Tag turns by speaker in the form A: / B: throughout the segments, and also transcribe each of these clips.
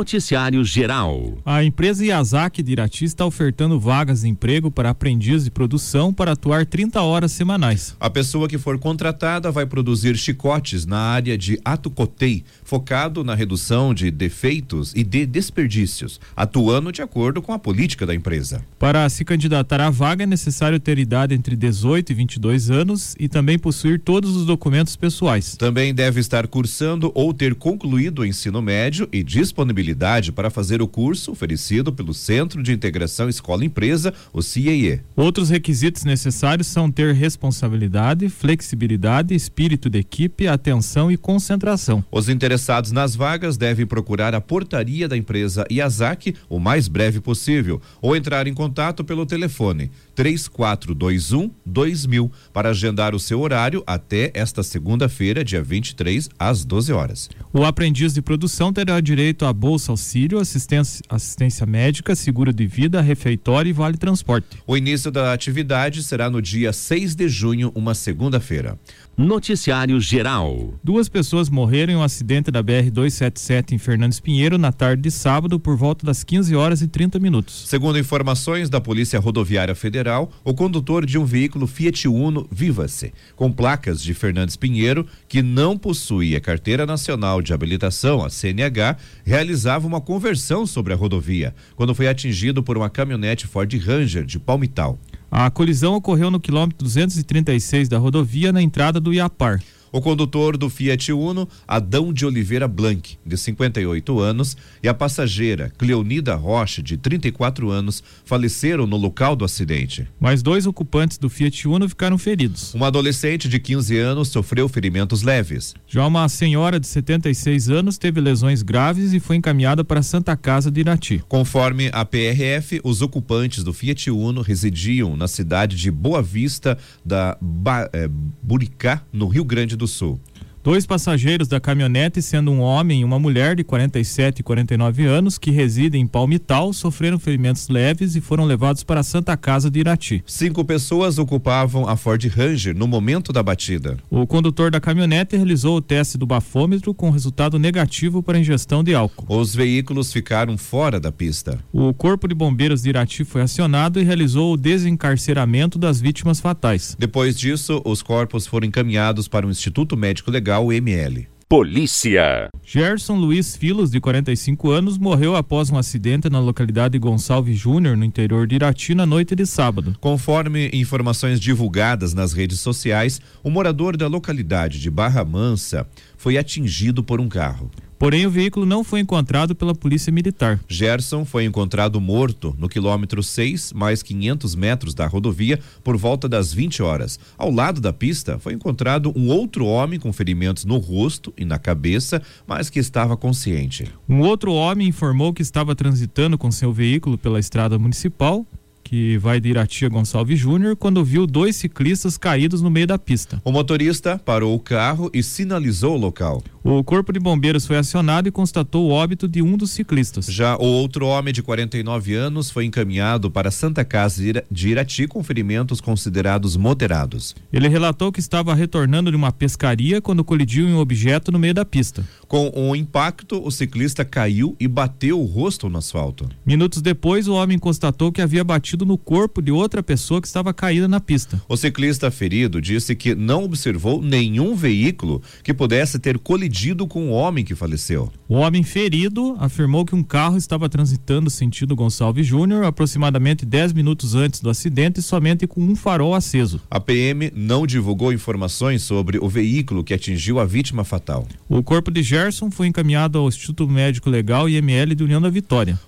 A: Noticiário Geral.
B: A empresa Yazaki de Irati está ofertando vagas de emprego para aprendiz de produção para atuar 30 horas semanais.
C: A pessoa que for contratada vai produzir chicotes na área de atocotei, focado na redução de defeitos e de desperdícios, atuando de acordo com a política da empresa.
B: Para se candidatar à vaga é necessário ter idade entre 18 e 22 anos e também possuir todos os documentos pessoais.
C: Também deve estar cursando ou ter concluído o ensino médio e disponibilizado disponibilidade para fazer o curso oferecido pelo Centro de Integração Escola Empresa, o CIE.
B: Outros requisitos necessários são ter responsabilidade, flexibilidade, espírito de equipe, atenção e concentração.
C: Os interessados nas vagas devem procurar a portaria da empresa Yazaki o mais breve possível ou entrar em contato pelo telefone 3421 2000 um para agendar o seu horário até esta segunda-feira, dia 23, às 12 horas.
B: O aprendiz de produção terá direito a bolsa auxílio, assistência, assistência médica, seguro de vida, refeitório e vale transporte.
C: O início da atividade será no dia 6 de junho, uma segunda-feira.
A: Noticiário Geral.
B: Duas pessoas morreram em um acidente da BR-277 em Fernandes Pinheiro na tarde de sábado por volta das 15 horas e 30 minutos.
C: Segundo informações da Polícia Rodoviária Federal, o condutor de um veículo Fiat Uno Viva-se, com placas de Fernandes Pinheiro, que não possuía carteira nacional de habilitação, a CNH, realizava uma conversão sobre a rodovia, quando foi atingido por uma caminhonete Ford Ranger de Palmital.
B: A colisão ocorreu no quilômetro 236 da rodovia, na entrada do Iapar.
C: O condutor do Fiat Uno, Adão de Oliveira Blanc, de 58 anos, e a passageira Cleonida Rocha, de 34 anos, faleceram no local do acidente.
B: Mais dois ocupantes do Fiat Uno ficaram feridos.
C: Uma Um adolescente de 15 anos sofreu ferimentos leves.
B: Já uma senhora de 76 anos teve lesões graves e foi encaminhada para a Santa Casa de Irati.
C: Conforme a PRF, os ocupantes do Fiat Uno residiam na cidade de Boa Vista da ba eh, Buricá, no Rio Grande do Sul.
B: Dois passageiros da caminhonete, sendo um homem e uma mulher de 47 e 49 anos, que residem em Palmital, sofreram ferimentos leves e foram levados para a Santa Casa de Irati.
C: Cinco pessoas ocupavam a Ford Ranger no momento da batida.
B: O condutor da caminhonete realizou o teste do bafômetro com resultado negativo para ingestão de álcool.
C: Os veículos ficaram fora da pista.
B: O Corpo de Bombeiros de Irati foi acionado e realizou o desencarceramento das vítimas fatais.
C: Depois disso, os corpos foram encaminhados para o Instituto Médico Legal o ML.
A: Polícia.
B: Gerson Luiz Filos, de 45 anos, morreu após um acidente na localidade Gonçalves Júnior, no interior de Irati, na noite de sábado.
C: Conforme informações divulgadas nas redes sociais, o morador da localidade de Barra Mansa foi atingido por um carro.
B: Porém, o veículo não foi encontrado pela Polícia Militar.
C: Gerson foi encontrado morto no quilômetro 6, mais 500 metros da rodovia, por volta das 20 horas. Ao lado da pista, foi encontrado um outro homem com ferimentos no rosto e na cabeça, mas que estava consciente.
B: Um outro homem informou que estava transitando com seu veículo pela estrada municipal, que vai de Irati a Gonçalves Júnior, quando viu dois ciclistas caídos no meio da pista.
C: O motorista parou o carro e sinalizou o local.
B: O corpo de bombeiros foi acionado e constatou o óbito de um dos ciclistas.
C: Já o outro homem de 49 anos foi encaminhado para a Santa Casa de Irati com ferimentos considerados moderados.
B: Ele relatou que estava retornando de uma pescaria quando colidiu em um objeto no meio da pista.
C: Com o um impacto, o ciclista caiu e bateu o rosto no asfalto.
B: Minutos depois, o homem constatou que havia batido no corpo de outra pessoa que estava caída na pista.
C: O ciclista ferido disse que não observou nenhum veículo que pudesse ter colidido com o homem que faleceu.
B: O homem ferido afirmou que um carro estava transitando sentido Gonçalves Júnior aproximadamente 10 minutos antes do acidente, somente com um farol aceso.
C: A PM não divulgou informações sobre o veículo que atingiu a vítima fatal.
B: O corpo de Gerson foi encaminhado ao Instituto Médico Legal IML de União da Vitória.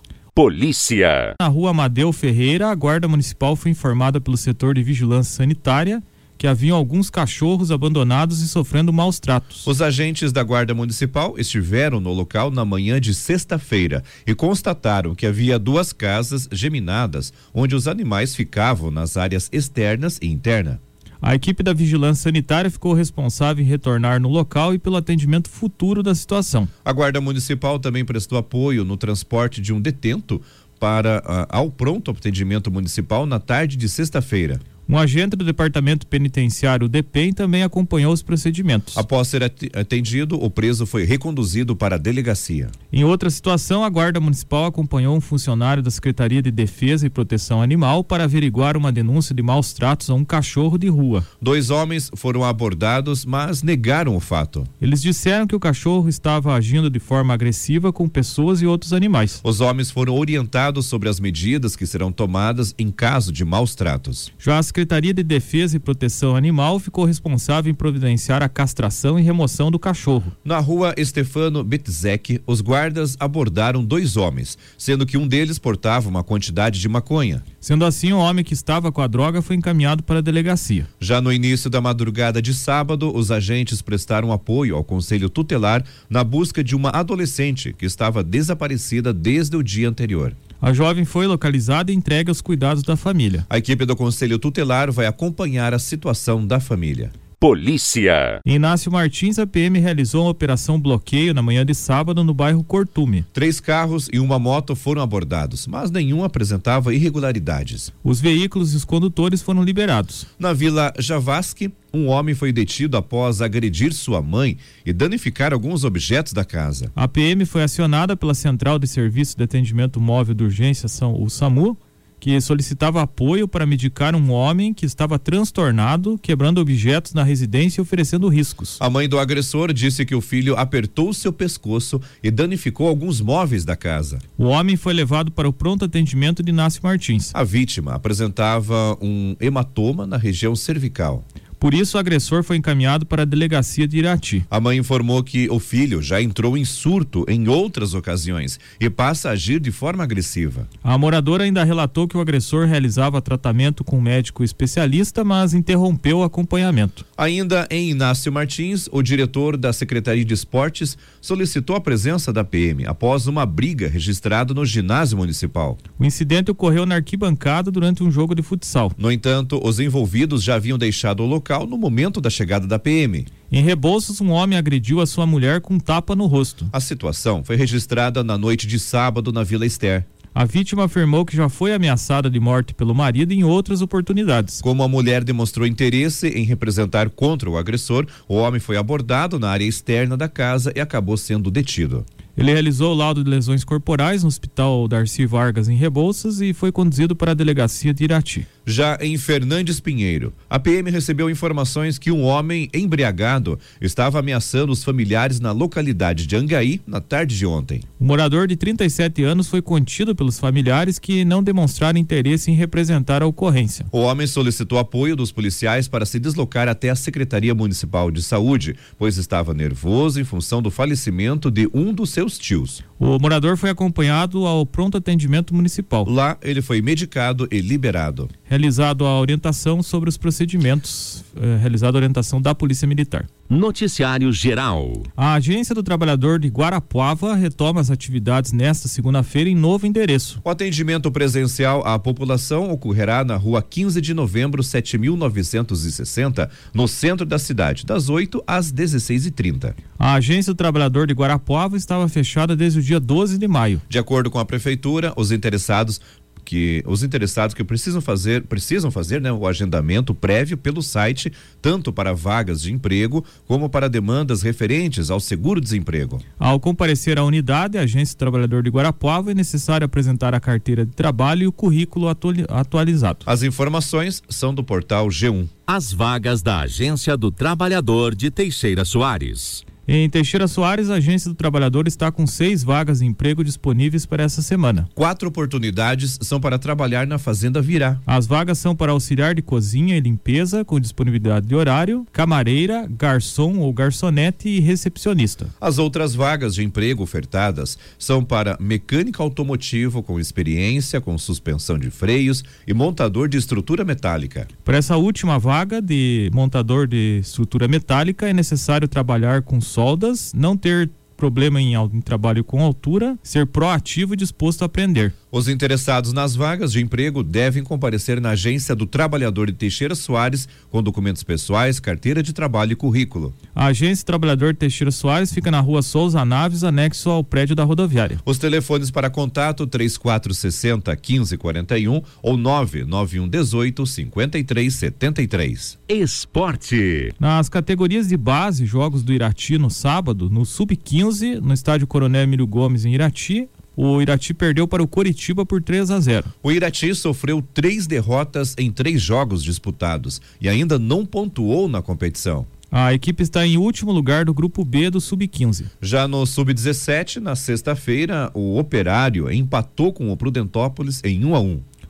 A: Polícia.
B: Na rua Amadeu Ferreira, a Guarda Municipal foi informada pelo setor de vigilância sanitária que haviam alguns cachorros abandonados e sofrendo maus tratos.
C: Os agentes da Guarda Municipal estiveram no local na manhã de sexta-feira e constataram que havia duas casas geminadas onde os animais ficavam nas áreas externas e interna.
B: A equipe da Vigilância Sanitária ficou responsável em retornar no local e pelo atendimento futuro da situação.
C: A Guarda Municipal também prestou apoio no transporte ah, de um detento para uh, ao pronto atendimento municipal na tarde de sexta-feira.
B: Um agente do Departamento Penitenciário DEPEN também acompanhou os procedimentos.
C: Após ser ati- atendido, o preso foi reconduzido para a delegacia.
B: Em outra situação, a Guarda Municipal acompanhou um funcionário da Secretaria de Defesa e Proteção Animal para averiguar uma denúncia de maus tratos a um cachorro de rua.
C: Dois homens foram abordados, mas negaram o fato.
B: Eles disseram que o cachorro estava agindo de forma agressiva com pessoas e outros animais.
C: Os homens foram orientados sobre as medidas que serão tomadas em caso de maus tratos.
B: Já a Secretaria de Defesa e Proteção Animal ficou responsável em providenciar a castração e remoção do cachorro.
C: Na rua Estefano Bitzek, os guardas abordaram dois homens, sendo que um deles portava uma quantidade de maconha.
B: Sendo assim, o homem que estava com a droga foi encaminhado para a delegacia.
C: Já no início da madrugada de sábado, os agentes prestaram apoio ao Conselho Tutelar na busca de uma adolescente que estava desaparecida desde o dia anterior.
B: A jovem foi localizada e entregue aos cuidados da família.
C: A equipe do Conselho Tutelar vai acompanhar a situação da família.
A: Polícia.
B: Inácio Martins, a PM realizou uma operação bloqueio na manhã de sábado no bairro Cortume.
C: Três carros e uma moto foram abordados, mas nenhum apresentava irregularidades.
B: Os veículos e os condutores foram liberados.
C: Na Vila Javasque, um homem foi detido após agredir sua mãe e danificar alguns objetos da casa.
B: A PM foi acionada pela Central de Serviço de Atendimento Móvel de Urgência, São- o SAMU, que solicitava apoio para medicar um homem que estava transtornado, quebrando objetos na residência e oferecendo riscos.
C: A mãe do agressor disse que o filho apertou seu pescoço e danificou alguns móveis da casa.
B: O homem foi levado para o pronto atendimento de Inácio Martins.
C: A vítima apresentava um hematoma na região cervical.
B: Por isso, o agressor foi encaminhado para a delegacia de Irati.
C: A mãe informou que o filho já entrou em surto em outras ocasiões e passa a agir de forma agressiva.
B: A moradora ainda relatou que o agressor realizava tratamento com um médico especialista, mas interrompeu o acompanhamento.
C: Ainda em Inácio Martins, o diretor da Secretaria de Esportes solicitou a presença da PM após uma briga registrada no ginásio municipal.
B: O incidente ocorreu na arquibancada durante um jogo de futsal.
C: No entanto, os envolvidos já haviam deixado o local no momento da chegada da PM.
B: Em Rebouças, um homem agrediu a sua mulher com um tapa no rosto.
C: A situação foi registrada na noite de sábado na Vila Ester.
B: A vítima afirmou que já foi ameaçada de morte pelo marido em outras oportunidades.
C: Como a mulher demonstrou interesse em representar contra o agressor, o homem foi abordado na área externa da casa e acabou sendo detido.
B: Ele realizou o laudo de lesões corporais no Hospital Darcy Vargas, em Rebouças, e foi conduzido para a delegacia de Irati.
C: Já em Fernandes Pinheiro, a PM recebeu informações que um homem embriagado estava ameaçando os familiares na localidade de Angaí na tarde de ontem.
B: O morador de 37 anos foi contido pelos familiares que não demonstraram interesse em representar a ocorrência.
C: O homem solicitou apoio dos policiais para se deslocar até a Secretaria Municipal de Saúde, pois estava nervoso em função do falecimento de um dos seus tios.
B: O morador foi acompanhado ao pronto atendimento municipal,
C: Lá, ele foi medicado e liberado.
B: realizado a orientação sobre os procedimentos, eh, realizado a orientação da Polícia Militar.
A: Noticiário geral.
B: A Agência do Trabalhador de Guarapuava retoma as atividades nesta segunda-feira em novo endereço.
C: O atendimento presencial à população ocorrerá na rua 15 de novembro, 7960, no centro da cidade, das 8 às 16h30.
B: A Agência do Trabalhador de Guarapuava estava fechada desde o dia 12 de maio.
C: De acordo com a prefeitura, os interessados que os interessados que precisam fazer precisam fazer né, o agendamento prévio pelo site tanto para vagas de emprego como para demandas referentes ao seguro-desemprego.
B: Ao comparecer à unidade, a Agência do Trabalhador de Guarapuava é necessário apresentar a carteira de trabalho e o currículo atuali- atualizado.
C: As informações são do portal G1.
A: As vagas da Agência do Trabalhador de Teixeira Soares.
B: Em Teixeira Soares, a Agência do Trabalhador está com seis vagas de emprego disponíveis para essa semana.
C: Quatro oportunidades são para trabalhar na Fazenda Virá.
B: As vagas são para auxiliar de cozinha e limpeza, com disponibilidade de horário, camareira, garçom ou garçonete e recepcionista.
C: As outras vagas de emprego ofertadas são para mecânico automotivo com experiência com suspensão de freios e montador de estrutura metálica.
B: Para essa última vaga de montador de estrutura metálica, é necessário trabalhar com soldas, não ter problema em, em trabalho com altura, ser proativo e disposto a aprender.
C: Os interessados nas vagas de emprego devem comparecer na agência do trabalhador de Teixeira Soares com documentos pessoais, carteira de trabalho e currículo.
B: A agência Trabalhador Teixeira Soares fica na rua Souza Naves, anexo ao prédio da rodoviária.
C: Os telefones para contato 3460 1541 ou 991 18 5373.
A: Esporte.
B: Nas categorias de base, jogos do Irati no sábado, no Sub-15, no estádio Coronel Emílio Gomes em Irati, o Irati perdeu para o Coritiba por 3 a 0.
C: O Irati sofreu três derrotas em três jogos disputados e ainda não pontuou na competição.
B: A equipe está em último lugar do grupo B do Sub-15.
C: Já no Sub-17, na sexta-feira, o Operário empatou com o Prudentópolis em 1 a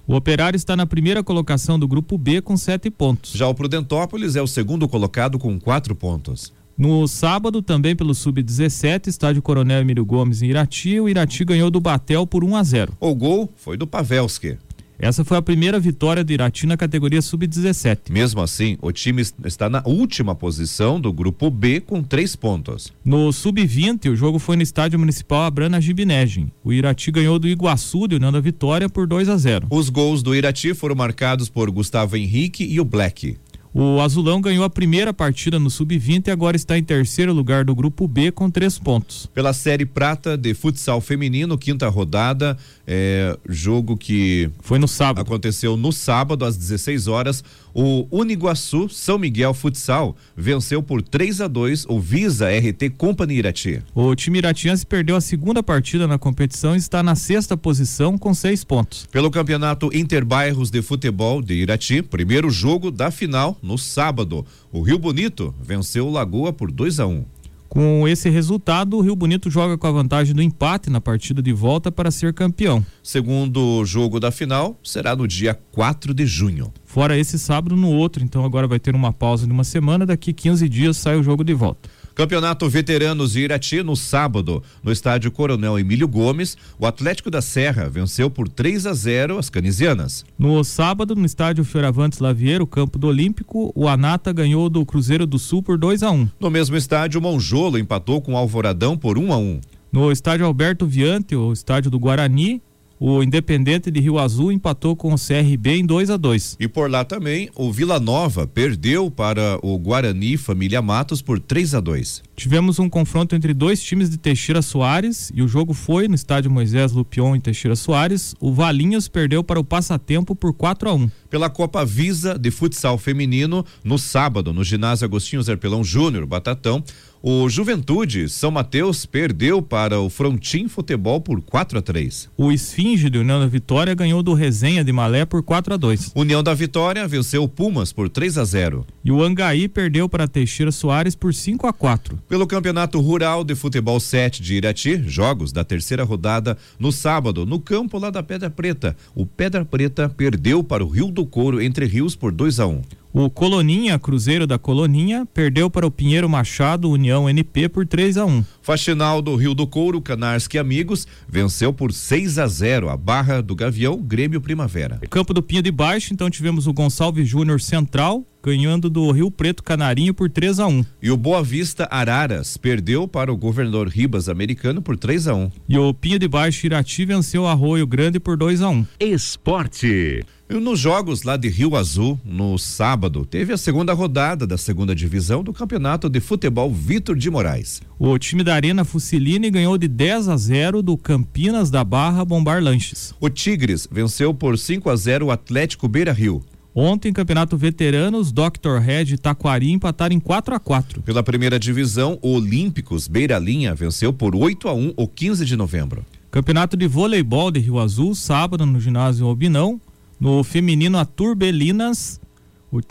C: 1.
B: O Operário está na primeira colocação do grupo B com sete pontos.
C: Já o Prudentópolis é o segundo colocado com quatro pontos.
B: No sábado, também pelo Sub-17, estádio Coronel Emílio Gomes em Irati, o Irati ganhou do Batel por 1 a 0.
C: O gol foi do Pavelski.
B: Essa foi a primeira vitória do Irati na categoria Sub-17.
C: Mesmo assim, o time está na última posição do grupo B com três pontos.
B: No Sub-20, o jogo foi no estádio municipal Abrana Gibinegem. O Irati ganhou do Iguaçu, deu a vitória por 2 a 0.
C: Os gols do Irati foram marcados por Gustavo Henrique e o Black.
B: O Azulão ganhou a primeira partida no Sub-20 e agora está em terceiro lugar do Grupo B com três pontos.
C: Pela Série Prata de Futsal Feminino, quinta rodada, é, jogo que.
B: Foi no sábado.
C: Aconteceu no sábado, às 16 horas. O Uniguaçu São Miguel Futsal venceu por 3 a 2 o Visa RT Company Irati.
B: O time iratiense perdeu a segunda partida na competição e está na sexta posição com seis pontos.
C: Pelo Campeonato Interbairros de Futebol de Irati, primeiro jogo da final no sábado. O Rio Bonito venceu o Lagoa por 2 a 1. Um.
B: Com esse resultado, o Rio Bonito joga com a vantagem do empate na partida de volta para ser campeão.
C: Segundo jogo da final será no dia 4 de junho.
B: Fora esse sábado, no outro, então agora vai ter uma pausa de uma semana, daqui 15 dias sai o jogo de volta.
C: Campeonato Veteranos de Irati no sábado, no estádio Coronel Emílio Gomes, o Atlético da Serra venceu por 3 a 0 as canisianas.
B: No sábado, no estádio Fioravantes Lavieiro, campo do Olímpico, o Anata ganhou do Cruzeiro do Sul por 2 a 1.
C: No mesmo estádio, o Monjolo empatou com o Alvoradão por 1 a 1.
B: No estádio Alberto Viante, o estádio do Guarani, o Independente de Rio Azul empatou com o CRB em 2 a 2.
C: E por lá também, o Vila Nova perdeu para o Guarani Família Matos por 3 a 2.
B: Tivemos um confronto entre dois times de Teixeira Soares e o jogo foi no estádio Moisés Lupion em Teixeira Soares. O Valinhos perdeu para o Passatempo por 4 a 1.
C: Pela Copa Visa de Futsal Feminino, no sábado, no ginásio Agostinho Zerpelão Júnior, Batatão, o Juventude São Mateus perdeu para o Frontin Futebol por 4 a 3.
B: O Esfinge de União da Vitória ganhou do Resenha de Malé por 4 a 2.
C: União da Vitória venceu o Pumas por 3 a 0.
B: E o Angaí perdeu para Teixeira Soares por 5 a 4.
C: Pelo Campeonato Rural de Futebol 7 de Irati, jogos da terceira rodada no sábado, no campo lá da Pedra Preta. O Pedra Preta perdeu para o Rio do Couro Entre Rios por 2 a 1.
B: O Coloninha, Cruzeiro da Coloninha, perdeu para o Pinheiro Machado União NP por 3 a 1.
C: Faxinal do Rio do Couro, Canarski Amigos, venceu por 6 a 0 a Barra do Gavião, Grêmio Primavera.
B: Campo do Pinho de Baixo, então tivemos o Gonçalves Júnior Central, ganhando do Rio Preto Canarinho por 3 a 1.
C: E o Boa Vista Araras perdeu para o governador Ribas Americano por 3 a 1.
B: E o Pinho de Baixo Irati venceu o Arroio Grande por 2 a 1.
A: Esporte.
C: E nos jogos lá de Rio Azul, no sábado, teve a segunda rodada da segunda divisão do Campeonato de Futebol Vitor de Moraes.
B: O time da Arena Fusilini ganhou de 10 a 0 do Campinas da Barra Bombar Lanches.
C: O Tigres venceu por 5 a 0 o Atlético Beira Rio.
B: Ontem, Campeonato Veteranos, Dr. Red e Taquari empataram em 4 a 4
C: Pela primeira divisão, o Olímpicos Beira Linha venceu por 8 a 1 o 15 de novembro.
B: Campeonato de Voleibol de Rio Azul, sábado, no ginásio Albinão. No feminino, a Turbelinas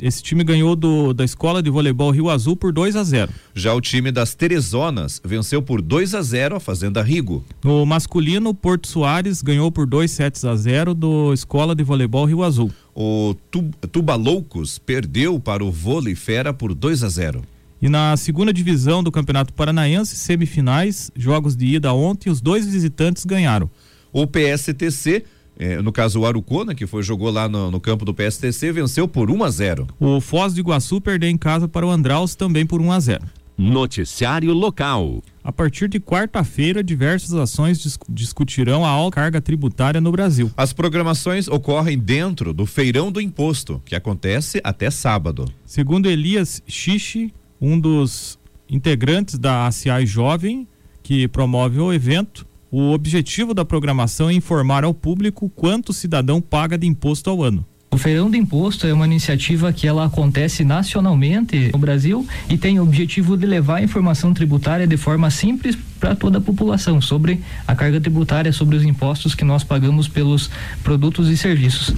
B: esse time ganhou do, da Escola de Voleibol Rio Azul por 2 a 0.
C: Já o time das Teresonas venceu por 2 a 0 a Fazenda Rigo.
B: No masculino, Porto Soares ganhou por 2 sets a 0 do Escola de Voleibol Rio Azul.
C: O Tub Tubaloucos perdeu para o Vôlei Fera por 2 a 0.
B: E na segunda divisão do Campeonato Paranaense, semifinais, jogos de ida ontem, os dois visitantes ganharam.
C: O PSTC é, no caso o Arucona, que foi jogou lá no, no, campo do PSTC, venceu por 1 a 0.
B: O Foz de Iguaçu perdeu em casa para o Andraus também por 1 a 0.
A: Noticiário local.
B: A partir de quarta-feira, diversas ações dis- discutirão a alta carga tributária no Brasil.
C: As programações ocorrem dentro do Feirão do Imposto, que acontece até sábado.
B: Segundo Elias Xixi, um dos integrantes da ACI Jovem, que promove o evento, o objetivo da programação é informar ao público quanto o cidadão paga de imposto ao ano.
D: O Feirão do Imposto é uma iniciativa que ela acontece nacionalmente no Brasil e tem o objetivo de levar a informação tributária de forma simples para toda a população sobre a carga tributária, sobre os impostos que nós pagamos pelos produtos e serviços.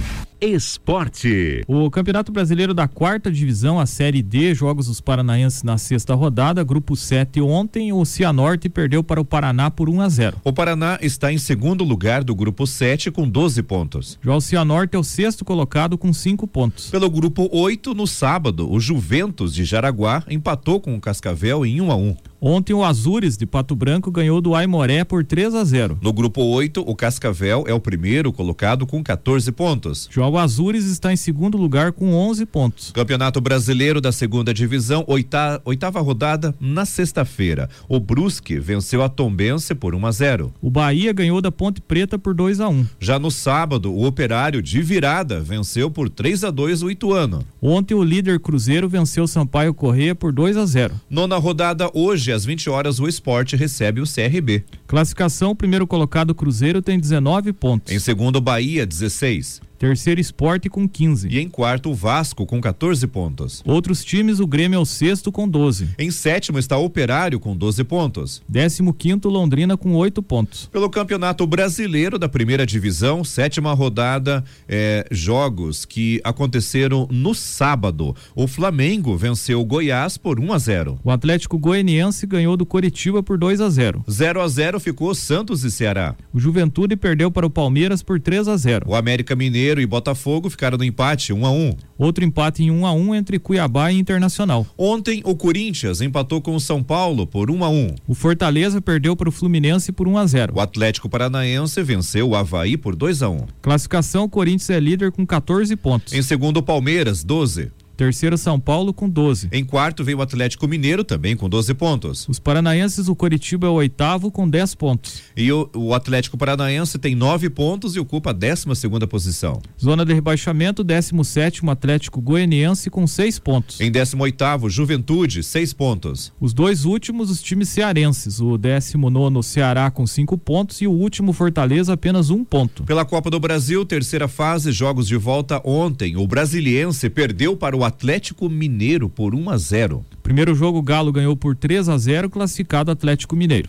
A: Esporte.
B: O Campeonato Brasileiro da Quarta Divisão, a Série D, jogos dos paranaenses na sexta rodada, grupo 7 ontem, o Cianorte perdeu para o Paraná por 1 a 0.
C: O Paraná está em segundo lugar do grupo 7 com 12 pontos.
B: Já o Cianorte é o sexto colocado com cinco pontos.
C: Pelo grupo 8, no sábado, o Juventus de Jaraguá empatou com o Cascavel em 1 a 1.
B: Ontem o Azures de Pato Branco ganhou do Aimoré por 3 a 0.
C: No grupo 8, o Cascavel é o primeiro colocado com 14 pontos.
B: Já o Azures está em segundo lugar com 11 pontos.
C: Campeonato Brasileiro da Segunda Divisão, oita- oitava rodada na sexta-feira. O Brusque venceu a Tombense por 1 a 0.
B: O Bahia ganhou da Ponte Preta por 2 a 1.
C: Já no sábado, o Operário de virada venceu por 3 a 2 o Ituano.
B: Ontem o líder Cruzeiro venceu o Sampaio Correia por 2 a 0.
C: Nona rodada hoje às 20 horas o Esporte recebe o CRB.
B: Classificação, o primeiro colocado Cruzeiro tem 19 pontos.
C: Em segundo, o Bahia 16
B: Terceiro Esporte com 15.
C: e em quarto o Vasco com 14 pontos.
B: Outros times, o Grêmio é o sexto com 12.
C: Em sétimo está o Operário com 12 pontos.
B: Décimo quinto, Londrina com 8 pontos.
C: Pelo Campeonato Brasileiro da Primeira Divisão, sétima rodada, eh, jogos que aconteceram no sábado. O Flamengo venceu o Goiás por 1 a 0.
B: O Atlético Goianiense ganhou do Coritiba por 2 a 0.
C: 0 a 0 ficou Santos e Ceará.
B: O Juventude perdeu para o Palmeiras por 3 a 0.
C: O América Mineiro e Botafogo ficaram no empate 1 a 1.
B: Outro empate em 1 a 1 entre Cuiabá e Internacional.
C: Ontem o Corinthians empatou com o São Paulo por 1 a 1.
B: O Fortaleza perdeu para o Fluminense por 1 a 0.
C: O Atlético Paranaense venceu o Havaí por 2 a 1.
B: Classificação, o Corinthians é líder com 14 pontos.
C: Em segundo o Palmeiras 12.
B: Terceiro, São Paulo com 12.
C: Em quarto veio o Atlético Mineiro também com 12 pontos.
B: Os paranaenses, o Coritiba é o oitavo com 10 pontos.
C: E o, o Atlético Paranaense tem nove pontos e ocupa a 12 segunda posição.
B: Zona de rebaixamento, 17 Atlético Goianiense com 6 pontos.
C: Em 18 oitavo, Juventude, seis pontos.
B: Os dois últimos, os times cearenses. O 19 Ceará com 5 pontos e o último Fortaleza apenas um ponto.
C: Pela Copa do Brasil, terceira fase, jogos de volta ontem. O Brasiliense perdeu para o Atlético Mineiro por 1 a 0.
B: Primeiro jogo, o Galo ganhou por 3 a 0, classificado Atlético Mineiro.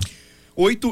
C: Oito